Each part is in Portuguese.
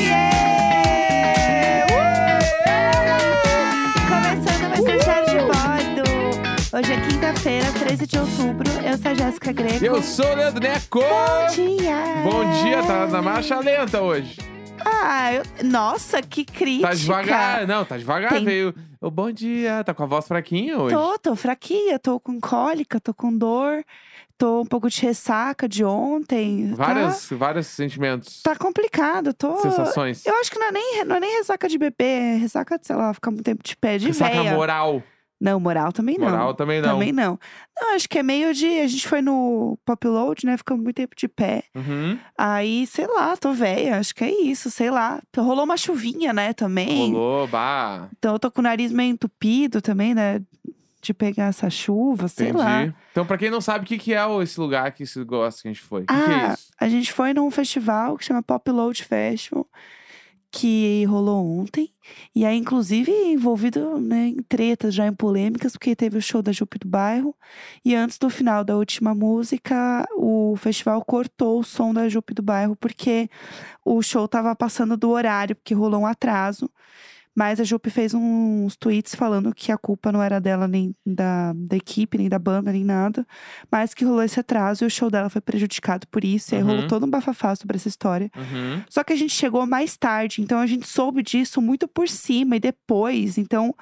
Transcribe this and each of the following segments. um Hoje é quinta-feira, 13 de outubro. Eu sou a Jéssica Greco. Eu sou o Leandro Neco! Bom dia! Bom dia, tá na marcha lenta hoje. Ah, eu- nossa, que crítica! Tá devagar, não, tá devagar, Tem- veio. O bom dia, tá com a voz fraquinha hoje. Tô, tô fraquinha, tô com cólica, tô com dor, tô um pouco de ressaca de ontem. Várias, vários sentimentos, Tá, tá complicado, tá. tô. sensações. Eu acho que não é, nem, não é nem ressaca de bebê, é ressaca de, sei lá, ficar muito tempo de pé de Saca véia. moral. Não, moral também não. Moral também não. Também não. Não, acho que é meio de. A gente foi no pop load, né? Ficamos muito tempo de pé. Uhum. Aí, sei lá, tô velha, acho que é isso, sei lá. Rolou uma chuvinha, né, também. Rolou, bah. Então eu tô com o nariz meio entupido também, né? De pegar essa chuva, sei Entendi. lá. Então, pra quem não sabe, o que, que é o- esse lugar que esse gosta que a gente foi? O que, que é Ah, isso? A gente foi num festival que chama Pop Load Festival, que rolou ontem. E aí, inclusive, envolvido né, em tretas, já em polêmicas, porque teve o show da Jupe do Bairro. E antes do final da última música, o festival cortou o som da Jupe do Bairro, porque o show tava passando do horário, porque rolou um atraso. Mas a Jupe fez uns tweets falando que a culpa não era dela, nem da, da equipe, nem da banda, nem nada. Mas que rolou esse atraso e o show dela foi prejudicado por isso. E aí Uhum. rolou todo um bafafá sobre essa história. Uhum. Só que a gente chegou mais tarde, então a gente soube disso muito por cima e depois. Então,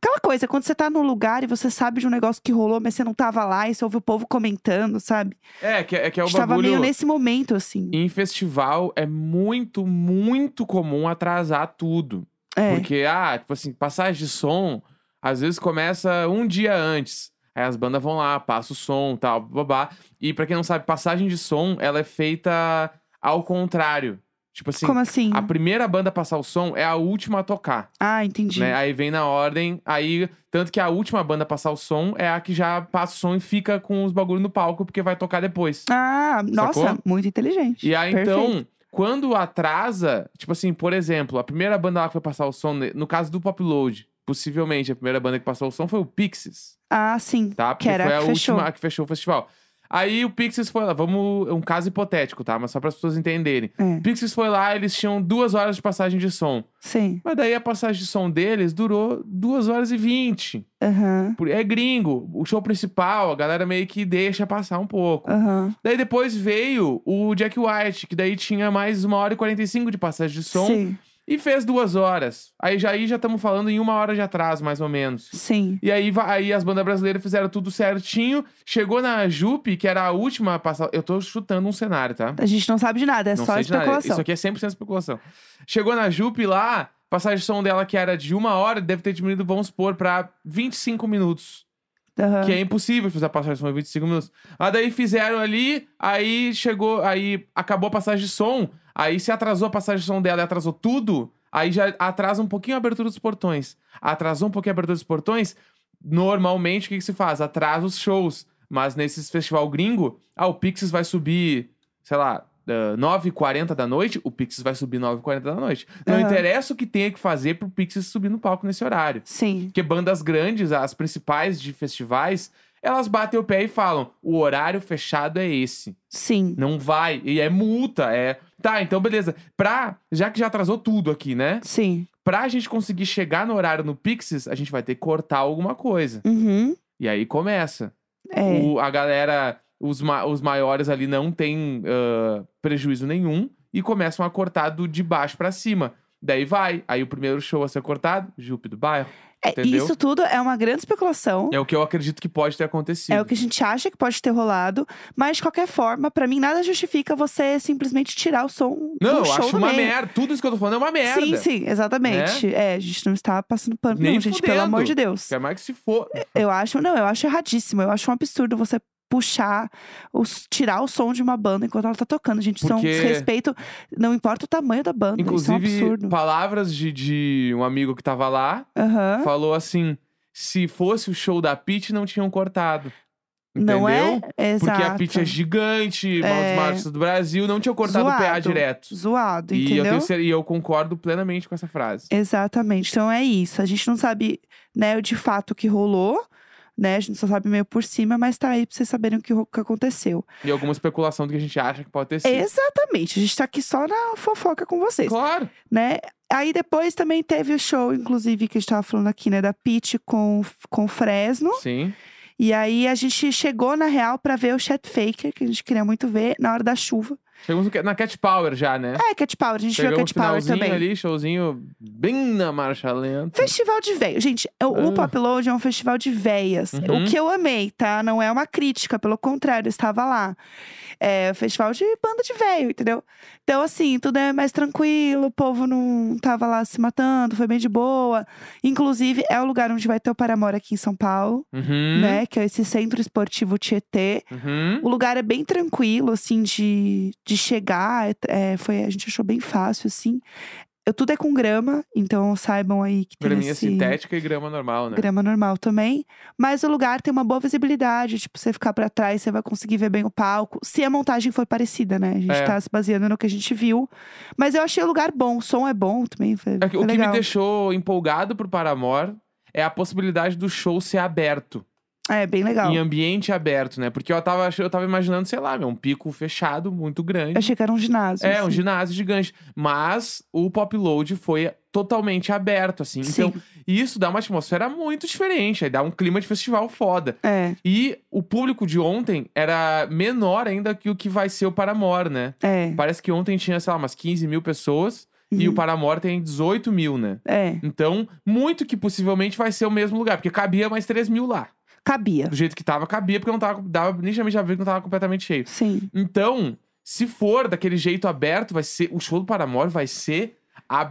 aquela coisa, quando você tá num lugar e você sabe de um negócio que rolou, mas você não tava lá e você ouve o povo comentando, sabe? É, que, é que é a o gente tava meio bagulho. nesse momento, assim. Em festival é muito, muito comum atrasar tudo. É. Porque, ah, tipo assim, passagem de som, às vezes começa um dia antes. Aí as bandas vão lá, passa o som, tal, babá. E pra quem não sabe, passagem de som, ela é feita ao contrário. Tipo assim, Como assim? a primeira banda a passar o som é a última a tocar, Ah, entendi. né? Aí vem na ordem, aí... Tanto que a última banda a passar o som é a que já passa o som e fica com os bagulho no palco, porque vai tocar depois. Ah, nossa, muito inteligente. E aí, Perfeito. então, quando atrasa, tipo assim, por exemplo, a primeira banda lá que foi passar o som, ne- no caso do Pop Load, possivelmente a primeira banda que passou o som foi o Pixies, Ah, sim. tá? Que era foi a a que fechou. última a que fechou o festival. Aí o Pixies foi lá, vamos, é um caso hipotético, tá? Mas só para as pessoas entenderem. É, O Pixies foi lá, eles tinham duas horas de passagem de som. sim. Mas daí a passagem de som deles durou duas horas e vinte. Aham. Por- É gringo. O show principal, a galera meio que deixa passar um pouco. Aham. Daí depois veio o Jack White, que daí tinha mais uma hora e 45 de passagem de som Sim. e fez duas horas. Aí já aí já estamos falando em uma hora de atraso, mais ou menos. Sim. E aí, va- aí as bandas brasileiras fizeram tudo certinho. Chegou na Jupe, que era a última a passar. Eu tô chutando um cenário, tá? A gente não sabe de nada, é Não só sei de nada. especulação. Isso aqui é 100% especulação. Chegou na Jupe lá, passagem de som dela que era de uma hora, deve ter diminuído, vamos supor, pra 25 minutos. Aham. Que é impossível fazer a passagem de som em 25 minutos. Ah, daí fizeram ali, aí chegou, aí acabou a passagem de som, aí se atrasou a passagem de som dela e atrasou tudo, aí já atrasa um pouquinho a abertura dos portões. Atrasou um pouquinho a abertura dos portões, normalmente o que, que se faz? Atrasa os shows. Mas nesses festival gringo, ah, o Pixies vai subir, sei lá, ah, 9h40 da noite, o Pixies vai subir 9h40 da noite. Não Aham. interessa o que tenha que fazer pro Pixies subir no palco nesse horário. Sim. Porque bandas grandes, as principais de festivais, elas batem o pé e falam: o horário fechado é esse. Sim. Não vai. E é multa. É. Tá, então beleza. Pra. Já que já atrasou tudo aqui, né? Sim. Pra gente conseguir chegar no horário no Pixies, a gente vai ter que cortar alguma coisa. Uhum. E aí começa. É. O- a galera, os, ma- os maiores ali não tem ah, prejuízo nenhum e começam a cortar do de baixo pra cima. Daí vai. Aí o primeiro show a ser cortado, Jupe do bairro. É, entendeu? isso tudo é uma grande especulação. É o que eu acredito que pode ter acontecido. Uh. É o que a gente acha que pode ter rolado, mas de qualquer forma, pra mim nada justifica você simplesmente tirar o som Não, do eu Um show acho do uma meio. merda. Tudo isso que eu tô falando é uma merda. Sim, sim, exatamente. É, a gente não está passando pano, Nem não, gente, pelo fudendo. amor de Deus. Quer mais que se for. Eu acho, não, eu acho erradíssimo. Eu acho um absurdo você puxar, os, tirar o som de uma banda enquanto ela tá tocando. Gente, isso é um Porque- desrespeito. Não importa o tamanho da banda, isso é um Inclusive, absurdo. palavras de, de um amigo que tava lá Aham. falou assim: se fosse o show da Pete, não tinham cortado. Entendeu? Não é? Exato. Porque a Pete é gigante, mal É. dos marcos do Brasil, não tinham cortado o PA Zoado. direto. Zoado, E eu, entendeu? tenho cer- e eu concordo plenamente com essa frase. Exatamente. Então é isso. A gente não sabe, né, de fato o que rolou, né? A gente só sabe meio por cima, mas tá aí pra vocês saberem o que, ro- que aconteceu. E alguma especulação do que a gente acha que pode ter sido. Exatamente. A gente tá aqui só na fofoca com vocês, Claro. né? Aí depois também teve o show, inclusive, que a gente tava falando aqui, né, da Pitty com, com Fresno. Sim. E aí a gente chegou, na real, pra ver o Chet Faker, que a gente queria muito ver, na hora da chuva. Chegamos no Ca- na Cat Power já, né? É, Cat Power, a gente viu Chegamos Cat Power finalzinho também. ali, showzinho bem na marcha lenta. Festival de véio. Gente, o- Ah. o Pop Load é um festival de véias. Uhum. O que eu amei, tá? Não é uma crítica, pelo contrário, eu estava lá. É um festival de banda de véio, entendeu? Então, assim, tudo é mais tranquilo, o povo não tava lá se matando, foi bem de boa. Inclusive, é o lugar onde vai ter o Paramore aqui em São Paulo, Uhum. né? Que é esse centro esportivo Tietê. Uhum. O lugar é bem tranquilo, assim, de, de chegar. é tr- é, foi, a gente achou bem fácil, assim. Eu- tudo é com grama, então saibam aí que tem Graminha esse sintética e grama normal, né? grama normal também. Mas o lugar tem uma boa visibilidade. Tipo, você ficar pra trás, você vai conseguir ver bem o palco. Se a montagem for parecida, né? A gente É. tá se baseando no que a gente viu. Mas eu achei o lugar bom, o som é bom também. Foi, É que- foi o que legal. me deixou empolgado pro Paramore é a possibilidade do show ser aberto. É, bem legal. Em ambiente aberto, né? Porque eu tava, ach- eu tava imaginando, sei lá, meu, um pico fechado, muito grande. Eu achei que era um ginásio. É, um assim. ginásio gigante. Mas o pop load foi totalmente aberto, assim. Então, Sim, isso dá uma atmosfera muito diferente. Aí dá um clima de festival foda. é, E o público de ontem era menor ainda que o que vai ser o Paramore, né? é. Parece que ontem tinha, sei lá, umas 15 mil pessoas. E o Uhum. Paramore tem 18 mil, né? É, Então, muito que possivelmente vai ser o mesmo lugar. Porque cabia mais 3 mil lá. cabia. Do jeito que tava, cabia. Porque não tava... Dava, inicialmente já vi que não tava completamente cheio. Sim, Então, se for daquele jeito aberto, vai ser. O show do Paramore vai ser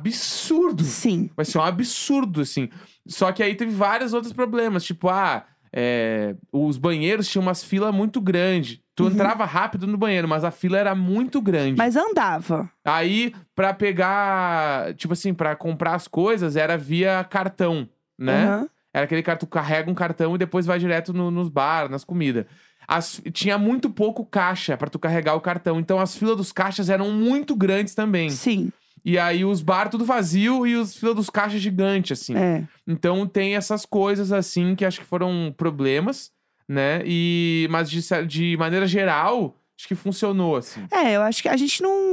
absurdo. sim. Vai ser um absurdo, assim. Só que aí teve vários outros problemas. Tipo, ah, é, os banheiros tinham umas filas muito grandes. Tu entrava rápido no banheiro, mas a fila era muito grande. Uhum. Mas andava. Aí, pra pegar. Tipo assim, pra comprar as coisas, era via cartão, né? Aham. Era aquele cartão, carrega um cartão e depois vai direto no- nos bar, nas comidas. As- tinha muito pouco caixa pra tu carregar o cartão. Então as filas dos caixas eram muito grandes também. Sim, E aí os bar tudo vazio e os filas dos caixas gigantes, assim. é. Então tem essas coisas, assim, que acho que foram problemas, né? E, mas de, cer- de maneira geral, acho que funcionou, assim. É, eu acho que a gente não.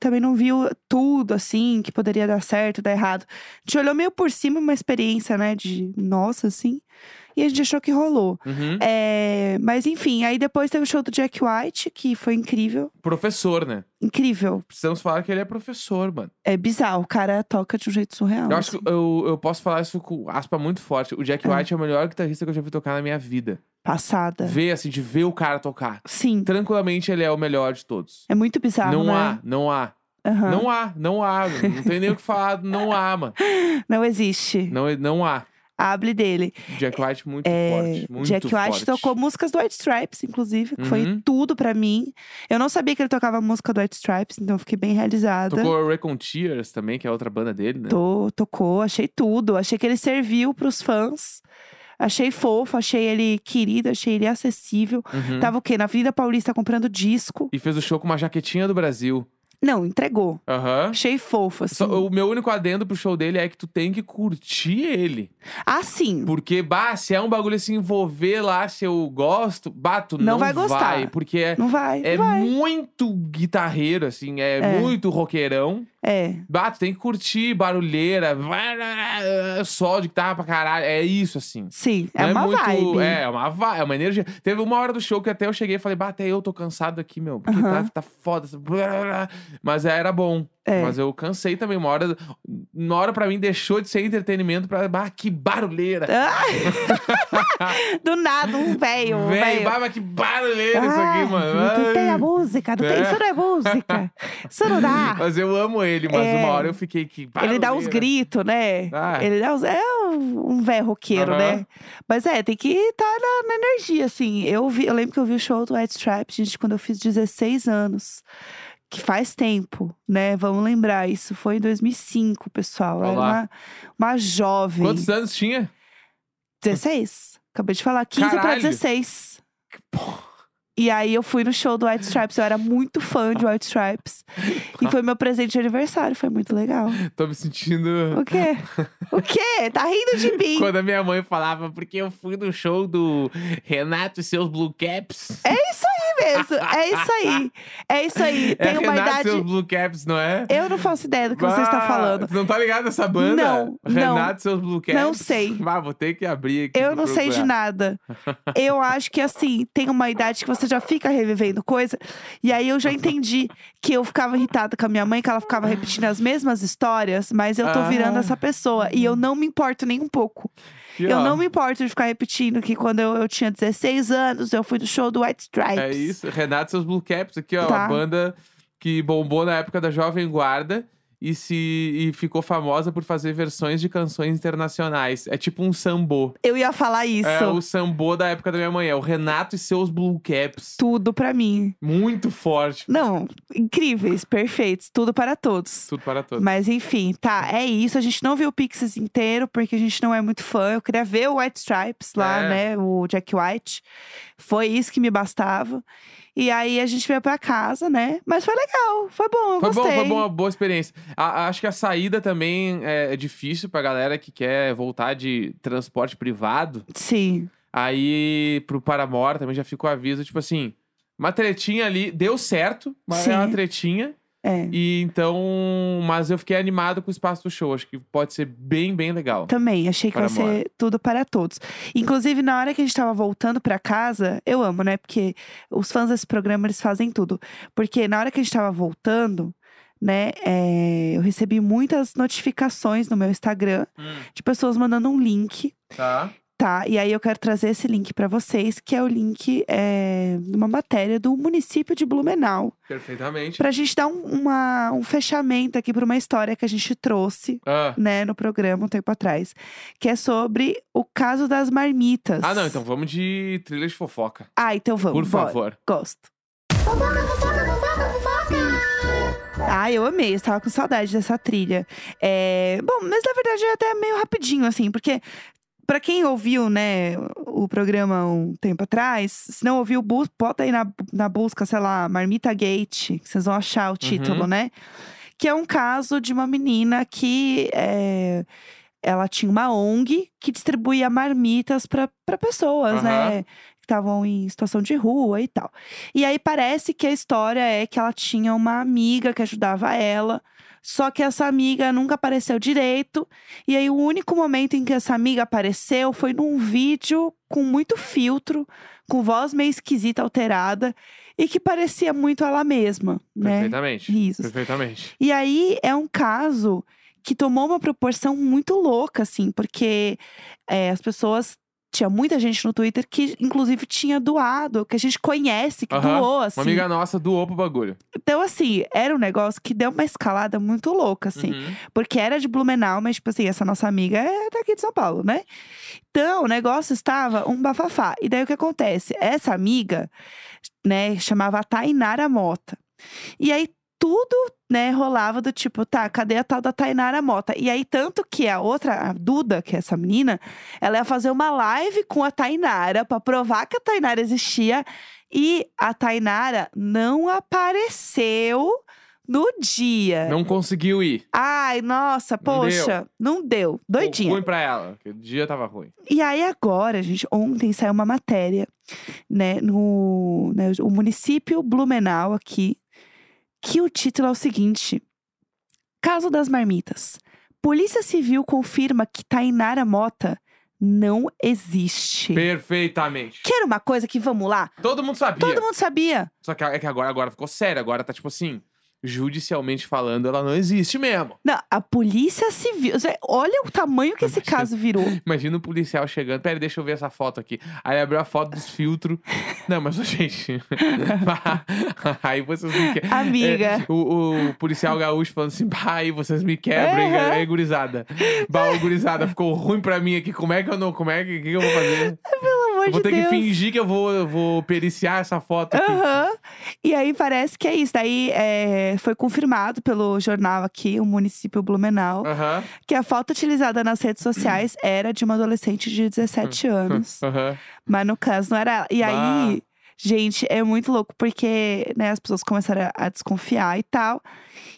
Também não viu tudo, assim, que poderia dar certo, dar errado. A gente olhou meio por cima uma experiência, né, de nossa, assim. E a gente achou que rolou. Uhum. É, mas enfim, aí depois teve o show do Jack White, que foi incrível. Professor, né? Incrível. Precisamos falar que ele é professor, mano. É bizarro. O cara toca de um jeito surreal. Eu acho que eu, eu posso falar isso com aspa muito forte. O Hum. Jack White é o melhor guitarrista que eu já vi tocar na minha vida. Passada. Ver, assim, de ver o cara tocar. Sim. Tranquilamente ele é o melhor de todos. É muito bizarro. não né? há, não há. Aham. Não há, não há. mano. Não tem nem o que falar, não há, mano. Não existe. Não, não há. Hable dele. Jack White muito forte. Muito É, Jack White forte. tocou músicas do White Stripes, inclusive, que foi Uhum. tudo pra mim. Eu não sabia que ele tocava música do White Stripes, então eu fiquei bem realizada. Tocou Recon Tears também, que é outra banda dele, né? Tô- tocou, achei tudo. Achei que ele serviu pros fãs. Achei fofo, achei ele querido, achei ele acessível. Uhum. Tava o quê? Na Avenida Paulista comprando disco. E fez o show com uma jaquetinha do Brasil. Não, entregou. Aham. Achei fofo, assim. Só- o meu único adendo pro show dele é que tu tem que curtir ele. Ah, sim. Porque, bah, se é um bagulho se envolver lá, se eu gosto, bato, Não não vai gostar. porque é, Não vai, é não vai. muito guitarreiro, assim, é, É. muito roqueirão. É, Bato, tem que curtir barulheira, vai, ah, sol de guitarra pra caralho. É isso, assim. sim. É Não uma muito, vibe. É, é uma vibe, é uma energia. Teve uma hora do show que até eu cheguei e falei, bah, até eu tô cansado aqui, meu. Porque Aham. tá, tá foda. essa- blá, blá, blá." Mas era bom. É. Mas eu cansei também. Uma hora, uma hora pra mim deixou de ser entretenimento pra, bah, que barulheira. Ah! Do nada, um velho. Véi, velho. bah, mas que barulheira isso aqui, mano. Ah, Não tem a Ai. música, não tem, É. isso não é música. Isso não dá. Mas eu amo ele, mas É. uma hora eu fiquei que. Ele dá uns barulheira. gritos, né? Ah. Ele dá uns. É um um velho roqueiro, Aham. né? Mas é, tem que estar na, na energia, assim. Eu, vi, eu lembro que eu vi o show do White Stripes, gente, quando eu fiz 16 anos. Que faz tempo, né? Vamos lembrar, isso foi em 2005, pessoal. Eu Era Olá. uma, uma jovem. Quantos anos tinha? 16. Acabei de falar, 15 pra Caralho. 16. E aí eu fui no show do White Stripes, eu era muito fã de White Stripes. e foi meu presente de aniversário, foi muito legal. Tô me sentindo. O quê? O quê? Tá rindo de mim? Quando a minha mãe falava, porque eu fui no show do Renato e seus Blue Caps. É isso aí, mesmo. É isso aí. É isso aí. É Tem uma Renato idade. seus Blue Caps, não é? Eu não faço ideia do que você está Bah, falando. tu não tá ligado nessa banda? Não, não. Renato seus Blue Caps. Não sei. Ah, vou ter que abrir aqui. Eu e não sei de procurar. nada. Eu acho que, assim, tem uma idade que você já fica revivendo coisa. E aí eu já Uhum. entendi que eu ficava irritada com a minha mãe, que ela ficava repetindo as mesmas histórias, mas eu tô virando Ah. essa pessoa. E eu não me importo nem um pouco. Aqui, Eu ó. não me importo de ficar repetindo que quando eu, eu tinha 16 anos, eu fui do show do White Stripes. É isso. Renato seus Blue Caps aqui, ó. Tá. A banda que bombou na época da Jovem Guarda. E, se, e ficou famosa por fazer versões de canções internacionais. É tipo um sambô. Eu ia falar isso. É o sambô da época da minha mãe. É o Renato e seus Blue Caps. Tudo pra mim. Muito forte. Não, incríveis, perfeitos, tudo para todos. Tudo para todos. Mas enfim, tá, é isso. A gente não viu o Pixies inteiro, porque a gente não é muito fã. Eu queria ver o White Stripes lá, É. né? O Jack White. Foi isso que me bastava. E aí a gente veio pra casa, né? Mas foi legal, foi bom, eu Foi bom, gostei. foi bom, uma boa experiência. A- acho que a saída também é, é difícil pra galera que quer voltar de transporte privado. Sim, Aí, pro Paramore também já ficou o aviso, tipo assim, uma tretinha ali, deu certo, mas é uma Sim. tretinha. é. E então, mas eu fiquei animado com o espaço do show. Acho que pode ser bem, bem legal. Também, achei que vai Para Mora. ser tudo para todos. Inclusive, na hora que a gente tava voltando para casa, eu amo, né? Porque os fãs desse programa, eles fazem tudo. Porque na hora que a gente tava voltando, né, é, eu recebi muitas notificações no meu Instagram de pessoas mandando um link, Hum, tá. tá? E aí eu quero trazer esse link para vocês, que é o link é, de uma matéria do município de Blumenau. Perfeitamente. Pra gente dar um, uma- um fechamento aqui pra uma história que a gente trouxe Ah. né, no programa um tempo atrás, que é sobre o caso das marmitas. Ah, não, então vamos de trilha de fofoca. Ah, então vamos. Por bora. favor. Gosto. Ah, eu amei, eu estava com saudade dessa trilha. É, Bom, mas na verdade é até meio rapidinho, assim, porque pra quem ouviu, né, o programa um tempo atrás, se não ouviu, bu- bota aí na, na busca, sei lá, Marmita Gate, que vocês vão achar o título, Uhum. né? Que é um caso de uma menina que é, ela tinha uma ONG que distribuía marmitas pra pra pessoas, né? Que estavam em situação de rua e tal. E aí parece que a história é que ela tinha uma amiga que ajudava ela. Só que essa amiga nunca apareceu direito. E aí, o único momento em que essa amiga apareceu foi num vídeo com muito filtro, com voz meio esquisita, alterada, e que parecia muito ela mesma, É né? Perfeitamente. Risos. Perfeitamente. E aí é um caso que tomou uma proporção muito louca, assim, porque é, as pessoas. Tinha muita gente no Twitter que, inclusive, tinha doado, que a gente conhece, que Aham. doou, assim. Uma amiga nossa doou pro bagulho. Então, assim, era um negócio que deu uma escalada muito louca, assim. Uhum. Porque era de Blumenau, mas, tipo assim, essa nossa amiga é daqui de São Paulo, né? Então, o negócio estava um bafafá. E daí o que acontece? Essa amiga, né, chamava Tainara Mota. E aí tudo, né, rolava do tipo, tá, cadê a tal da Tainara Mota? E aí, tanto que a outra, a Duda, que é essa menina, ela ia fazer uma live com a Tainara pra provar que a Tainara existia. E a Tainara não apareceu no dia. Não conseguiu ir. Ai, nossa, Não deu. poxa, não deu. Ficou Doidinha. Ruim pra ela. que O dia tava ruim. E aí agora, gente, ontem saiu uma matéria, né, no né, o município Blumenau aqui, que o título é o seguinte: Caso das marmitas. Polícia Civil confirma que Tainara Mota não existe. Perfeitamente. Que era uma coisa que, vamos lá, Todo mundo sabia. todo mundo sabia. Só que é que agora, agora ficou sério. Agora tá tipo assim, judicialmente falando, ela não existe mesmo. Não, a Polícia Civil. Zé, Olha o tamanho que Tá esse caso virou. Imagina o policial chegando. Pera, deixa eu ver essa foto aqui. Aí abriu a foto dos filtros. Não, mas, ô, gente. aí vocês me quebram. Amiga. o, o policial gaúcho falando assim, "Bah, aí vocês me quebram, hein, Aham. aí, gurizada. Bah, ô, gurizada, ficou ruim pra mim aqui. Como é que eu não. Como é que. O que, que eu vou fazer? Pelo amor Eu de vou ter que Deus. fingir que eu vou, eu vou periciar essa foto aqui. Aham. E aí parece que é isso. Daí é, foi confirmado pelo jornal aqui, o município Blumenau, Aham. que a foto utilizada nas redes sociais Uhum. era de uma adolescente de 17 anos. Aham. Mas no caso não era ela. E aí Gente, é muito louco, porque né, as pessoas começaram a- a desconfiar e tal.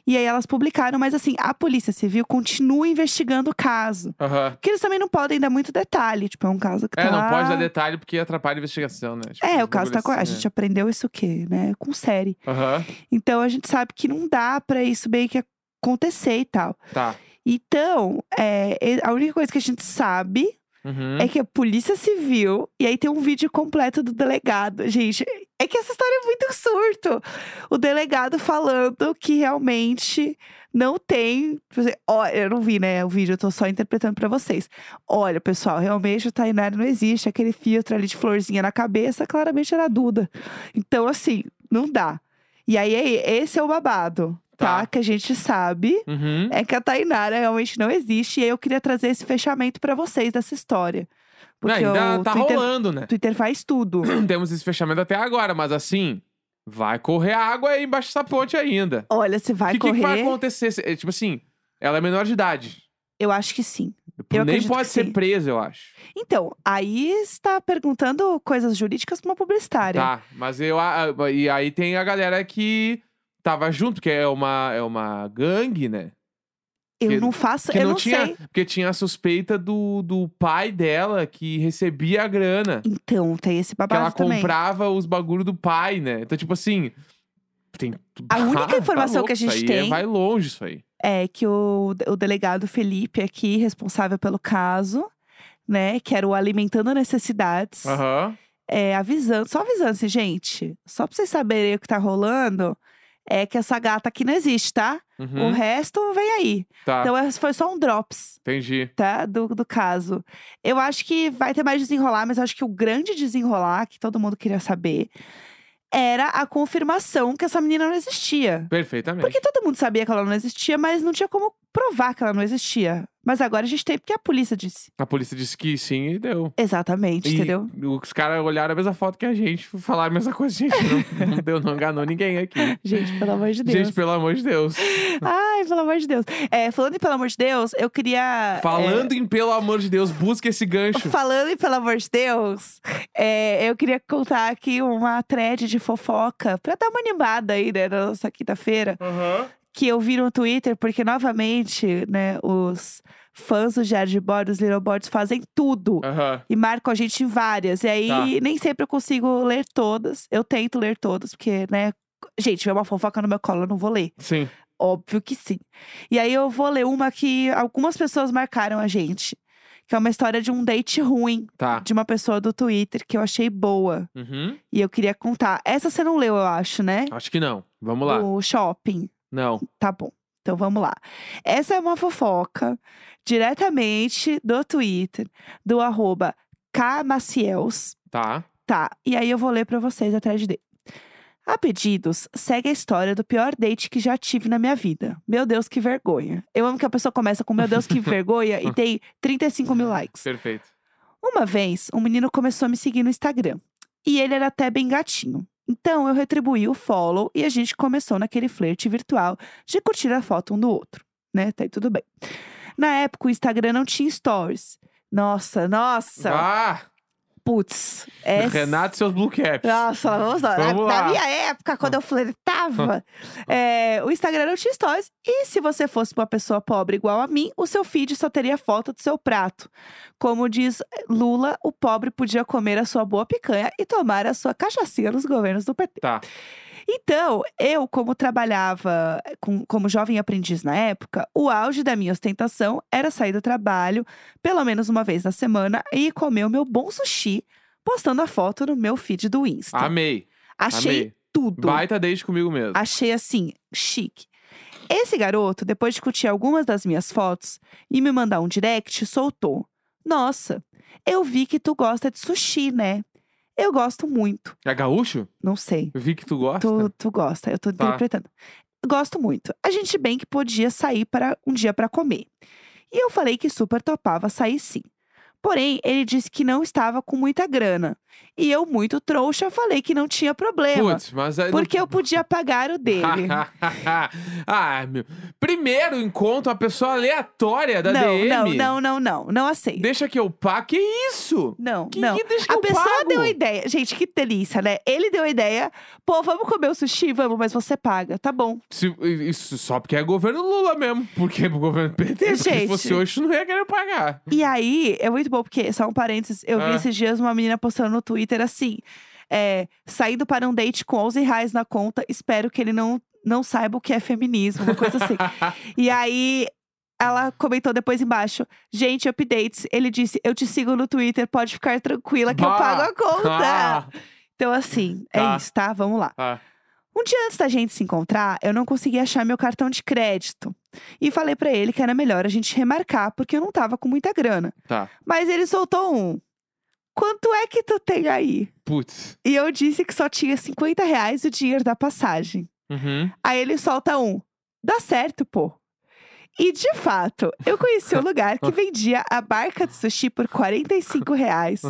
E aí elas publicaram, mas assim, a Polícia Civil continua investigando o caso. Aham. Porque eles também não podem dar muito detalhe. Tipo, é um caso que É, tá... não pode dar detalhe porque atrapalha a investigação, né? Tipo, É, uns o caso tá com. bagulho A assim, gente aprendeu isso o quê, né? Com série. né? Aham, Então a gente sabe que não dá pra isso meio que acontecer e tal. tá. Então, é, e- a única coisa que a gente sabe Uhum. é que a Polícia Civil. E aí tem um vídeo completo do delegado. Gente, é que essa história é muito surto. O delegado falando que realmente não tem. tipo assim, Olha, eu não vi, né? O vídeo, eu tô só interpretando pra vocês. Olha, pessoal, realmente o Tainara não existe. Aquele filtro ali de florzinha na cabeça claramente era a Duda. Então, assim, não dá. E aí, é- esse é o babado, Tá. tá? Que a gente sabe Uhum. é que a Tainara realmente não existe. E aí eu queria trazer esse fechamento pra vocês dessa história. Não, Porque ainda o tá Twitter, rolando, né? Twitter faz tudo. Temos esse fechamento até agora, mas assim, vai correr água aí embaixo dessa ponte ainda. Olha, se O vai que, que correr, vai acontecer? Se- é, Tipo assim, ela é menor de idade. Tipo, eu acho que sim. Nem acredito pode que ser sim. presa, eu acho. Então, aí está perguntando coisas jurídicas pra uma publicitária. Tá, mas eu. a- a- E aí tem a galera que tava junto, que é uma, é uma gangue, né? eu que- não faço, Que eu não, não, tinha. sei. Porque tinha a suspeita do, do pai dela que recebia a grana. Então, tem esse Que babado ela também. comprava os bagulho do pai, né? Então, tipo assim. Tem... A única Tá informação louco que a gente isso aí, é- tem- Vai longe isso aí. É que o, o delegado Felipe aqui, responsável pelo caso, né? Que era o Alimentando Necessidades. Aham. é, avisando, só avisando assim, gente, só pra vocês saberem o que tá rolando, é que essa gata aqui não existe, tá? O Uhum. resto vem aí. Tá, Então essa foi só um drops, entendi. tá? Do, do caso. Eu acho que vai ter mais desenrolar, mas eu acho que o grande desenrolar, que todo mundo queria saber, era a confirmação que essa menina não existia. Perfeitamente. Porque todo mundo sabia que ela não existia, mas não tinha como provar que ela não existia. Mas agora a gente tem porque a polícia disse. A polícia disse que sim e deu. Exatamente, E entendeu? os caras olharam a mesma foto que a gente, falaram a mesma coisa. Gente, não, não deu, não enganou ninguém aqui. Gente, pelo amor de Deus. É, Gente, pelo amor de Deus. Ai, pelo amor de Deus. É, falando em pelo amor de Deus, eu queria. Falando em pelo amor de Deus, busca esse é, gancho. falando em pelo amor de Deus, é, eu queria contar aqui uma thread de fofoca pra dar uma animada aí, né, na nossa quinta-feira, Aham. que eu vi no Twitter, porque novamente, né, os fãs do Diário de Bordo, os Little Boards, fazem tudo. Aham. E marcam a gente em várias. E aí, Tá. nem sempre eu consigo ler todas. Eu tento ler todas, porque, né. Gente, é uma fofoca no meu colo, eu não vou ler. Sim. Óbvio que sim. E aí eu vou ler uma que algumas pessoas marcaram a gente. Que é uma história de um date ruim Tá. de uma pessoa do Twitter que eu achei boa. Uhum. E eu queria contar. Essa você não leu, eu acho, né? Acho que não. Vamos lá. O shopping. Não. Tá bom. Então vamos lá. Essa é uma fofoca diretamente do Twitter, do arroba Kmaciels. Tá. Tá, e aí eu vou ler pra vocês atrás dele. A pedidos, segue a história do pior date que já tive na minha vida. Meu Deus, que vergonha. Eu amo que a pessoa começa com meu Deus, que vergonha e tem 35 mil likes. Perfeito. Uma vez, um menino começou a me seguir no Instagram. E ele era até bem gatinho. Então eu retribuí o follow e a gente começou naquele flerte virtual de curtir a foto um do outro. Né? Tá aí tudo bem. Na época, o Instagram não tinha stories. Nossa, nossa! Ah! Putz! é essa- Renato e seus blue caps. nossa, vamos lá. Vamos na, na lá. minha época, quando eu flertava, é, o Instagram não tinha stories. E se você fosse uma pessoa pobre igual a mim, o seu feed só teria foto do seu prato. Como diz Lula, o pobre podia comer a sua boa picanha e tomar a sua cachaçinha nos governos do PT. Tá. Então, eu, como trabalhava com- como jovem aprendiz na época, o auge da minha ostentação era sair do trabalho pelo menos uma vez na semana e comer o meu bom sushi, postando a foto no meu feed do Ah, Insta. Amei. Achei Amei. tudo. Baita desde comigo mesmo. Achei assim, chique. Esse garoto, depois de curtir algumas das minhas fotos e me mandar um direct, soltou. Nossa, eu vi que tu gosta de sushi, né? Eu gosto muito. É gaúcho? Não sei. Vi que tu gosta. Tu, tu gosta, eu tô Tá. interpretando. Gosto muito. A gente bem que podia sair para um dia para comer. E eu falei que super topava sair sim. Porém, ele disse que não estava com muita grana. E eu, muito trouxa, falei que não tinha problema. Putz, mas aí. não- porque eu podia pagar o dele. ah, meu. Primeiro encontro, uma pessoa aleatória da não, DM. não, não, não, não. Não aceito. Deixa que eu pá. Que isso? Não, Que, não. que deixa que A eu pessoa pago? deu a ideia. Gente, que delícia, né? Ele deu a ideia. Pô, vamos comer o sushi? Vamos, mas você paga. Tá bom. Se- isso só porque é governo Lula mesmo. Porque é governo PT. Porque se Gente. fosse hoje, não ia querer pagar. E aí, é muito bom, porque, só um parênteses, eu Ah. vi esses dias uma menina postando no Twitter assim: é, saindo para um date com 11 reais na conta, espero que ele não, não saiba o que é feminismo, uma coisa assim. e aí. Ela comentou depois embaixo, gente, updates. Ele disse, eu te sigo no Twitter, pode ficar tranquila que eu Bah! pago a conta. Ah, Então, assim, Tá. é isso, tá? Vamos lá. ah. Um dia antes da gente se encontrar, eu não consegui achar meu cartão de crédito. E falei pra ele que era melhor a gente remarcar, porque eu não tava com muita grana. Tá. Mas ele soltou um. Quanto é que tu tem aí? Putz. E eu disse que só tinha 50 reais o dinheiro da passagem. Uhum. Aí ele solta um. Dá certo, pô. E de fato, eu conheci um lugar que vendia a barca de sushi por 45 reais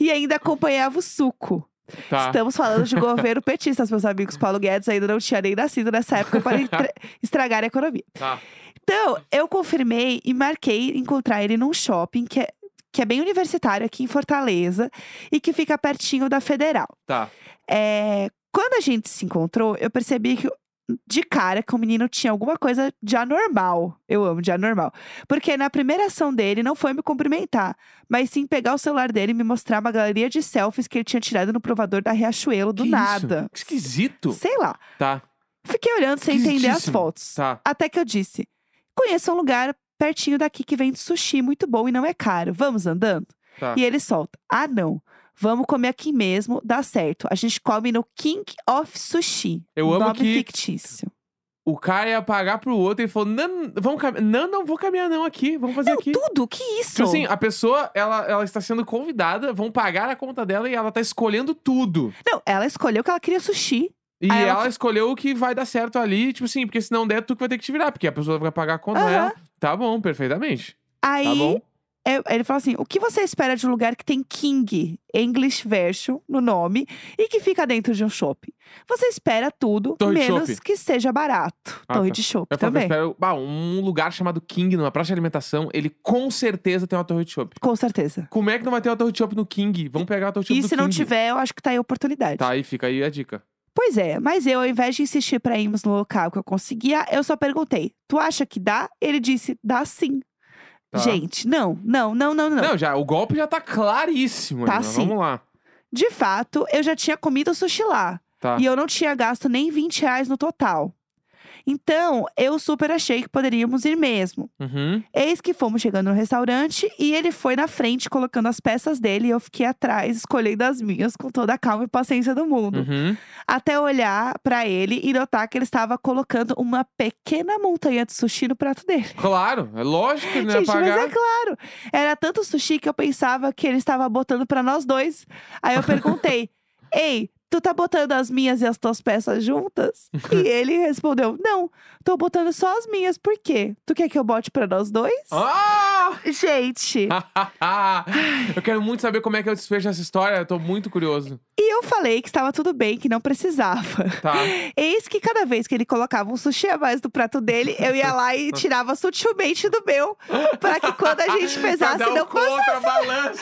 e ainda acompanhava o suco. Tá. Estamos falando de governo petista, meus amigos. Paulo Guedes ainda não tinha nem nascido nessa época para entre- estragar a economia. Tá. Então, eu confirmei e marquei encontrar ele num shopping que é, que é bem universitário aqui em Fortaleza e que fica pertinho da Federal. Tá. É, quando a gente se encontrou, eu percebi que de cara que o menino tinha alguma coisa de anormal. Eu amo de anormal. Porque na primeira ação dele não foi me cumprimentar, mas sim pegar o celular dele e me mostrar uma galeria de selfies que ele tinha tirado no provador da Riachuelo do Que isso? nada. Que esquisito. Sei lá. Tá. Fiquei olhando sem entender as Esquisitíssimo. fotos. Tá. Até que eu disse: conheço um lugar pertinho daqui que vende sushi muito bom e não é caro. Vamos andando? Tá. E ele solta: Ah, não. Vamos comer aqui mesmo, dá certo. A gente come no King of Sushi. Eu amo nome que- fictício. O cara ia pagar pro outro e falou: não, vamos cam... não, não vou caminhar não aqui, vamos fazer aqui. Tudo, que isso? Tipo assim, a pessoa, ela, ela está sendo convidada, vão pagar a conta dela e ela tá escolhendo tudo. Não, ela escolheu que ela queria sushi. E Aí ela, ela escolheu o que vai dar certo ali, tipo assim, porque se não der, tu que vai ter que te virar, porque a pessoa vai pagar a conta Aham. dela. Tá bom, perfeitamente. Aí Tá bom? eu- ele fala assim: o que você espera de um lugar que tem King, English Version, no nome, e que fica dentro de um shopping? Você espera tudo, Torre de menos shopping. que seja barato. Ah, torre tá. de shopping Eu falo que eu também. espero, bah, um lugar chamado King, numa praça de alimentação, ele com certeza tem uma torre de chopp. Com certeza. Como é que não vai ter uma torre de chopp no King? Vamos pegar a torre de chopp E do se não King. tiver, eu acho que tá aí a oportunidade. Tá, aí fica aí a dica. Pois é, mas eu, ao invés de insistir pra irmos no local que eu conseguia, eu só perguntei: tu acha que dá? Ele disse: dá sim. Tá. Gente, não, não, não, não, não. Não, já, o golpe já tá claríssimo. Tá, Ana. sim. Vamos lá. De fato, eu já tinha comido sushi lá. Tá. E eu não tinha gasto nem 20 reais no total. Então, eu super achei que poderíamos ir mesmo. Uhum. Eis que fomos chegando no restaurante e ele foi na frente colocando as peças dele e eu fiquei atrás escolhendo as minhas com toda a calma e paciência do mundo. Uhum. até olhar pra ele e notar que ele estava colocando uma pequena montanha de sushi no prato dele. Claro, é lógico que ele não ia Gente, pagar. mas é claro. Era tanto sushi que eu pensava que ele estava botando pra nós dois. Aí eu perguntei: "Ei, tu tá botando as minhas e as tuas peças juntas?" E ele respondeu: "Não, tô botando só as minhas. Por quê? Tu quer que eu bote pra nós dois?" Ah! Gente, eu quero muito saber como é que eu desfecho essa história. Eu tô muito curioso. e eu falei que estava tudo bem, que não precisava. Tá. Eis que cada vez que ele colocava um sushi a mais no prato dele, eu ia lá e tirava sutilmente do meu, pra que quando a gente pesasse Cada um não fosse. contra balanço.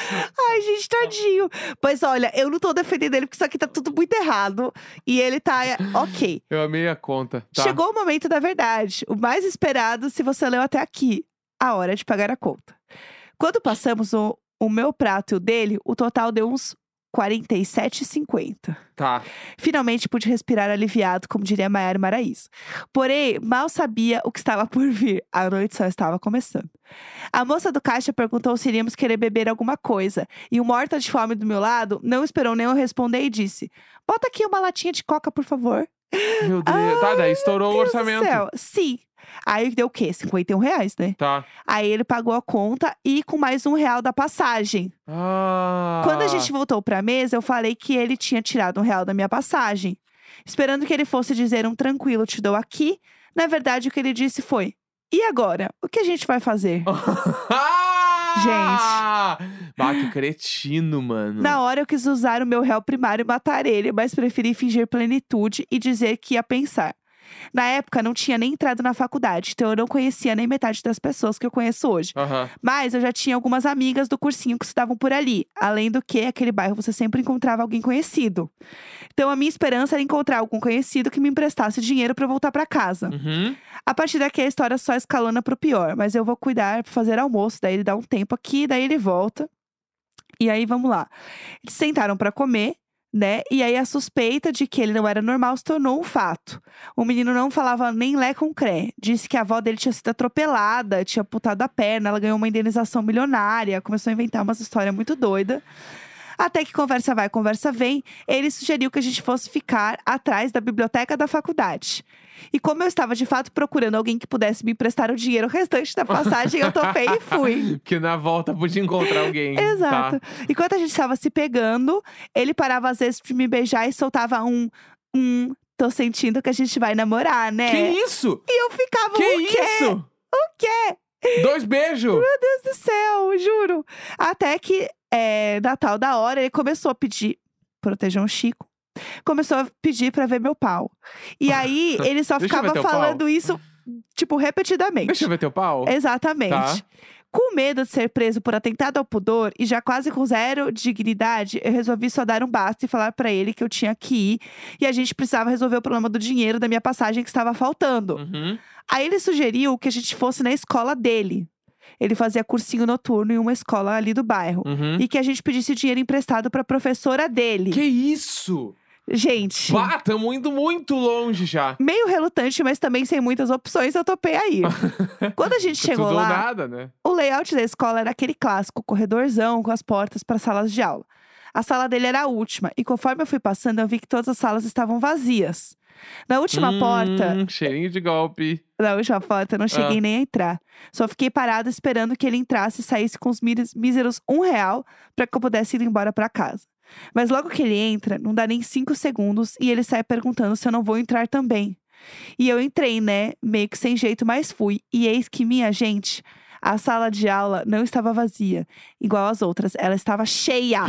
Ai, gente, tadinho. Pois olha, eu não tô defendendo ele, porque isso aqui tá tudo muito errado. E ele tá. é, Ok. Eu amei a conta. Tá. Chegou o momento da verdade. O mais esperado, se você leu até aqui. A hora de pagar a conta. Quando passamos o, o meu prato e o dele, o total deu uns R$ 47,50. Tá. Finalmente pude respirar aliviado, como diria Maiara Maraís. Porém, mal sabia o que estava por vir. A noite só estava começando. A moça do caixa perguntou se iríamos querer beber alguma coisa. E o morta de fome do meu lado não esperou nem eu responder e disse: Bota aqui uma latinha de coca, por favor. Meu Deus. tá, daí estourou o Deus do orçamento. céu. Sim. Aí deu o quê? 51 reais, né? Tá. Aí ele pagou a conta e com mais um real da passagem. Ah. Quando a gente voltou pra mesa, eu falei que ele tinha tirado um real da minha passagem. Esperando que ele fosse dizer um tranquilo, te dou aqui. Na verdade, o que ele disse foi: E agora? O que a gente vai fazer? Ah! Gente. Bah, que cretino, mano. Na hora eu quis usar o meu réu primário e matar ele, mas preferi fingir plenitude e dizer que ia pensar. Na época não tinha nem entrado na faculdade, então eu não conhecia nem metade das pessoas que eu conheço hoje. Aham. Mas eu já tinha algumas amigas do cursinho que estavam por ali. Além do que, aquele bairro você sempre encontrava alguém conhecido. Então a minha esperança era encontrar algum conhecido que me emprestasse dinheiro pra eu voltar pra casa. Uhum. A partir daqui a história só escalona pro pior, mas eu vou cuidar, fazer almoço, daí ele dá um tempo aqui, daí ele volta. E aí vamos lá. Eles sentaram pra comer, né? E aí a suspeita de que ele não era normal se tornou um fato. O menino não falava nem lé com cré. Disse que a avó dele tinha sido atropelada, tinha putado a perna, ela ganhou uma indenização milionária, começou a inventar umas histórias muito doidas. Até que conversa vai, conversa vem, ele sugeriu que a gente fosse ficar atrás da biblioteca da faculdade. E como eu estava de fato procurando alguém que pudesse me emprestar o dinheiro restante da passagem, eu topei e fui. Que na volta podia encontrar alguém. Exato. Tá. Enquanto a gente estava se pegando, ele parava às vezes de me beijar e soltava um. Hum, tô sentindo que a gente vai namorar, né? Que isso? E eu ficava, Que o quê? isso? O quê? Dois beijos! Meu Deus do céu, juro. Até que, é, da tal da hora, ele começou a pedir. Protejam o Chico. Começou a pedir pra ver meu pau. E aí, ele só Deixa eu ver ficava teu pau. falando isso, tipo, repetidamente. Deixa eu ver teu pau. É. Exatamente. Tá. Com medo de ser preso por atentado ao pudor e já quase com zero dignidade, eu resolvi só dar um basta e falar pra ele que eu tinha que ir e a gente precisava resolver o problema do dinheiro da minha passagem que estava faltando. Uhum. Aí ele sugeriu que a gente fosse na escola dele. Ele fazia cursinho noturno em uma escola ali do bairro. Uhum. E que a gente pedisse dinheiro emprestado pra professora dele. Que isso? Gente, Bah, tamo indo muito longe já. meio relutante, mas também sem muitas opções, eu topei aí. Quando a gente chegou Tudo ou lá, nada, né? O layout da escola era aquele clássico corredorzão com as portas para salas de aula. A sala dele era a última, e conforme eu fui passando, eu vi que todas as salas estavam vazias. Na última Hum, porta, Cheirinho de golpe. na última porta, eu não Ah. cheguei nem a entrar. Só fiquei parada esperando que ele entrasse e saísse com os mis- míseros um real para que eu pudesse ir embora para casa. Mas logo que ele entra, não dá nem cinco segundos e ele sai perguntando se eu não vou entrar também. E eu entrei, né? Meio que sem jeito, mas fui. E eis que minha gente, a sala de aula não estava vazia, igual as outras. Ela estava cheia.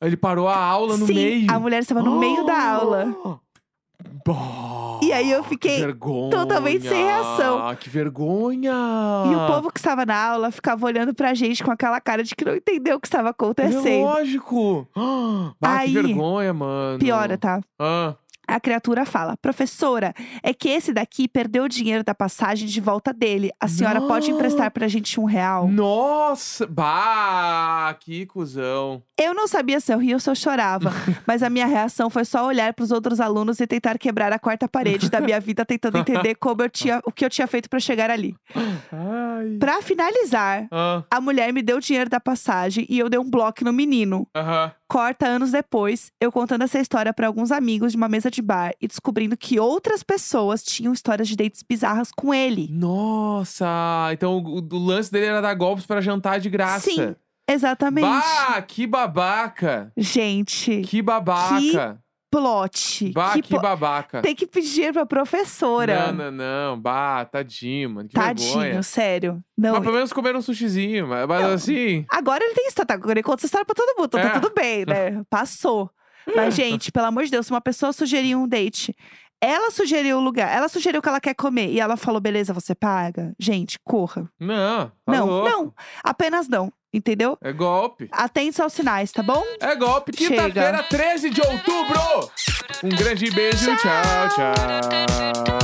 Ele parou a aula no Sim, meio. a mulher estava no meio da aula. Bah, E aí eu que fiquei vergonha. totalmente sem reação. Ah, que vergonha! E Ah. o povo que estava na aula ficava olhando pra gente com aquela cara de que não entendeu o que estava É acontecendo. lógico! Ah, bah, Aí- que vergonha, mano. Piora, tá? Ah, A criatura fala: Professora, é que esse daqui perdeu o dinheiro da passagem de volta dele. A senhora pode Não. emprestar pra gente um real? nossa! Bah, que cuzão. Eu não sabia se eu ria ou se eu chorava, mas a minha reação foi só olhar pros outros alunos e tentar quebrar a quarta parede da minha vida, tentando entender como eu tinha, o que eu tinha feito pra chegar ali. Ai. Pra finalizar, Ah, a mulher me deu o dinheiro da passagem e eu dei um bloco no menino. aham. Corta anos depois, eu contando essa história pra alguns amigos de uma mesa de bar e descobrindo que outras pessoas tinham histórias de dates bizarras com ele. Nossa! Então o, o lance dele era dar golpes pra jantar de graça. Sim, Exatamente. Bah, que babaca! Gente, Que babaca! plot. Bah, que, que plo- babaca! Tem que pedir pra professora. Não, não, não. Bah, tadinho, mano. Que Tadinho, vergonha. sério. Não. Mas pelo menos comeram um sushizinho. Mas, mas Não. assim... Agora ele tem história. tá? Agora ele conta essa história pra todo mundo. Então É. tá tudo bem, né? Passou. Mas, gente, pelo amor de Deus, se uma pessoa sugerir um date, ela sugeriu o lugar, ela sugeriu o que ela quer comer e ela falou, beleza, você paga. Gente, corra. Não. tá Não, louco. não. Apenas não. Entendeu? É golpe. Atente aos sinais, tá bom? É golpe. Chega. Quinta-feira, 13 de outubro. Um grande beijo. Tchau, tchau.